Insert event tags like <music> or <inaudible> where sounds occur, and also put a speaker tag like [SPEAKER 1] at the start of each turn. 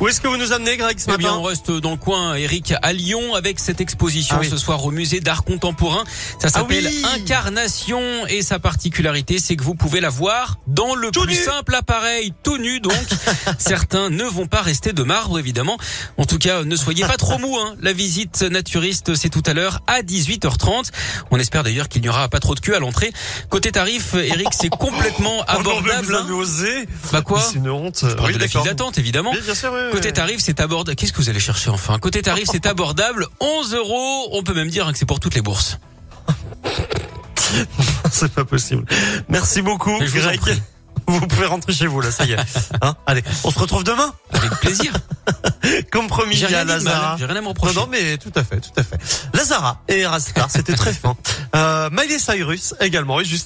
[SPEAKER 1] Où est-ce que vous nous amenez, Greg, ce
[SPEAKER 2] Eh bien, on
[SPEAKER 1] matin
[SPEAKER 2] reste dans le coin, Eric, à Lyon, avec cette exposition
[SPEAKER 1] Ah oui. Ah
[SPEAKER 2] ce soir au musée d'art contemporain. Ça s'appelle
[SPEAKER 1] oui
[SPEAKER 2] Incarnation et sa particularité, c'est que vous pouvez la voir dans le
[SPEAKER 1] Tout
[SPEAKER 2] plus
[SPEAKER 1] nu.
[SPEAKER 2] simple appareil, tout
[SPEAKER 1] <laughs>
[SPEAKER 2] nu donc. Certains ne vont pas rester de marbre, évidemment. En tout cas, ne soyez pas trop mous. hein. La visite naturiste, c'est tout à l'heure à 18h30. On espère d'ailleurs qu'il n'y aura pas trop de queue à l'entrée. Côté tarif, Eric,
[SPEAKER 1] <laughs>
[SPEAKER 2] c'est complètement
[SPEAKER 1] Oh non, mais
[SPEAKER 2] abordable.
[SPEAKER 1] vous
[SPEAKER 2] hein.
[SPEAKER 1] avez osé.
[SPEAKER 2] Bah quoi
[SPEAKER 1] C'est une honte.
[SPEAKER 2] Je parle
[SPEAKER 1] Oui,
[SPEAKER 2] de la file
[SPEAKER 1] d'accord.
[SPEAKER 2] d'attente, évidemment.
[SPEAKER 1] Oui, bien sûr, oui,
[SPEAKER 2] Côté
[SPEAKER 1] oui.
[SPEAKER 2] tarif, c'est abordable. Qu'est-ce que vous allez chercher enfin Côté tarif, c'est abordable. 11 euros. On peut même dire que c'est pour toutes les bourses.
[SPEAKER 1] <laughs> C'est pas possible. Merci beaucoup,
[SPEAKER 2] Mais je vous en
[SPEAKER 1] Greg.
[SPEAKER 2] prie.
[SPEAKER 1] Vous pouvez rentrer chez vous, là,
[SPEAKER 2] <laughs>
[SPEAKER 1] ça y est. Hein Allez, on se retrouve demain.
[SPEAKER 2] Avec
[SPEAKER 1] <laughs>
[SPEAKER 2] plaisir.
[SPEAKER 1] Comme promis,
[SPEAKER 2] J'ai
[SPEAKER 1] il y a
[SPEAKER 2] rien dit de mal. hein.
[SPEAKER 1] Lazara.
[SPEAKER 2] J'ai rien à me
[SPEAKER 1] Non,
[SPEAKER 2] reprocher.
[SPEAKER 1] non, mais tout
[SPEAKER 2] <laughs>
[SPEAKER 1] à fait, tout à fait. Lazara et Rastar, c'était très fin. Euh, Miley Cyrus également, et juste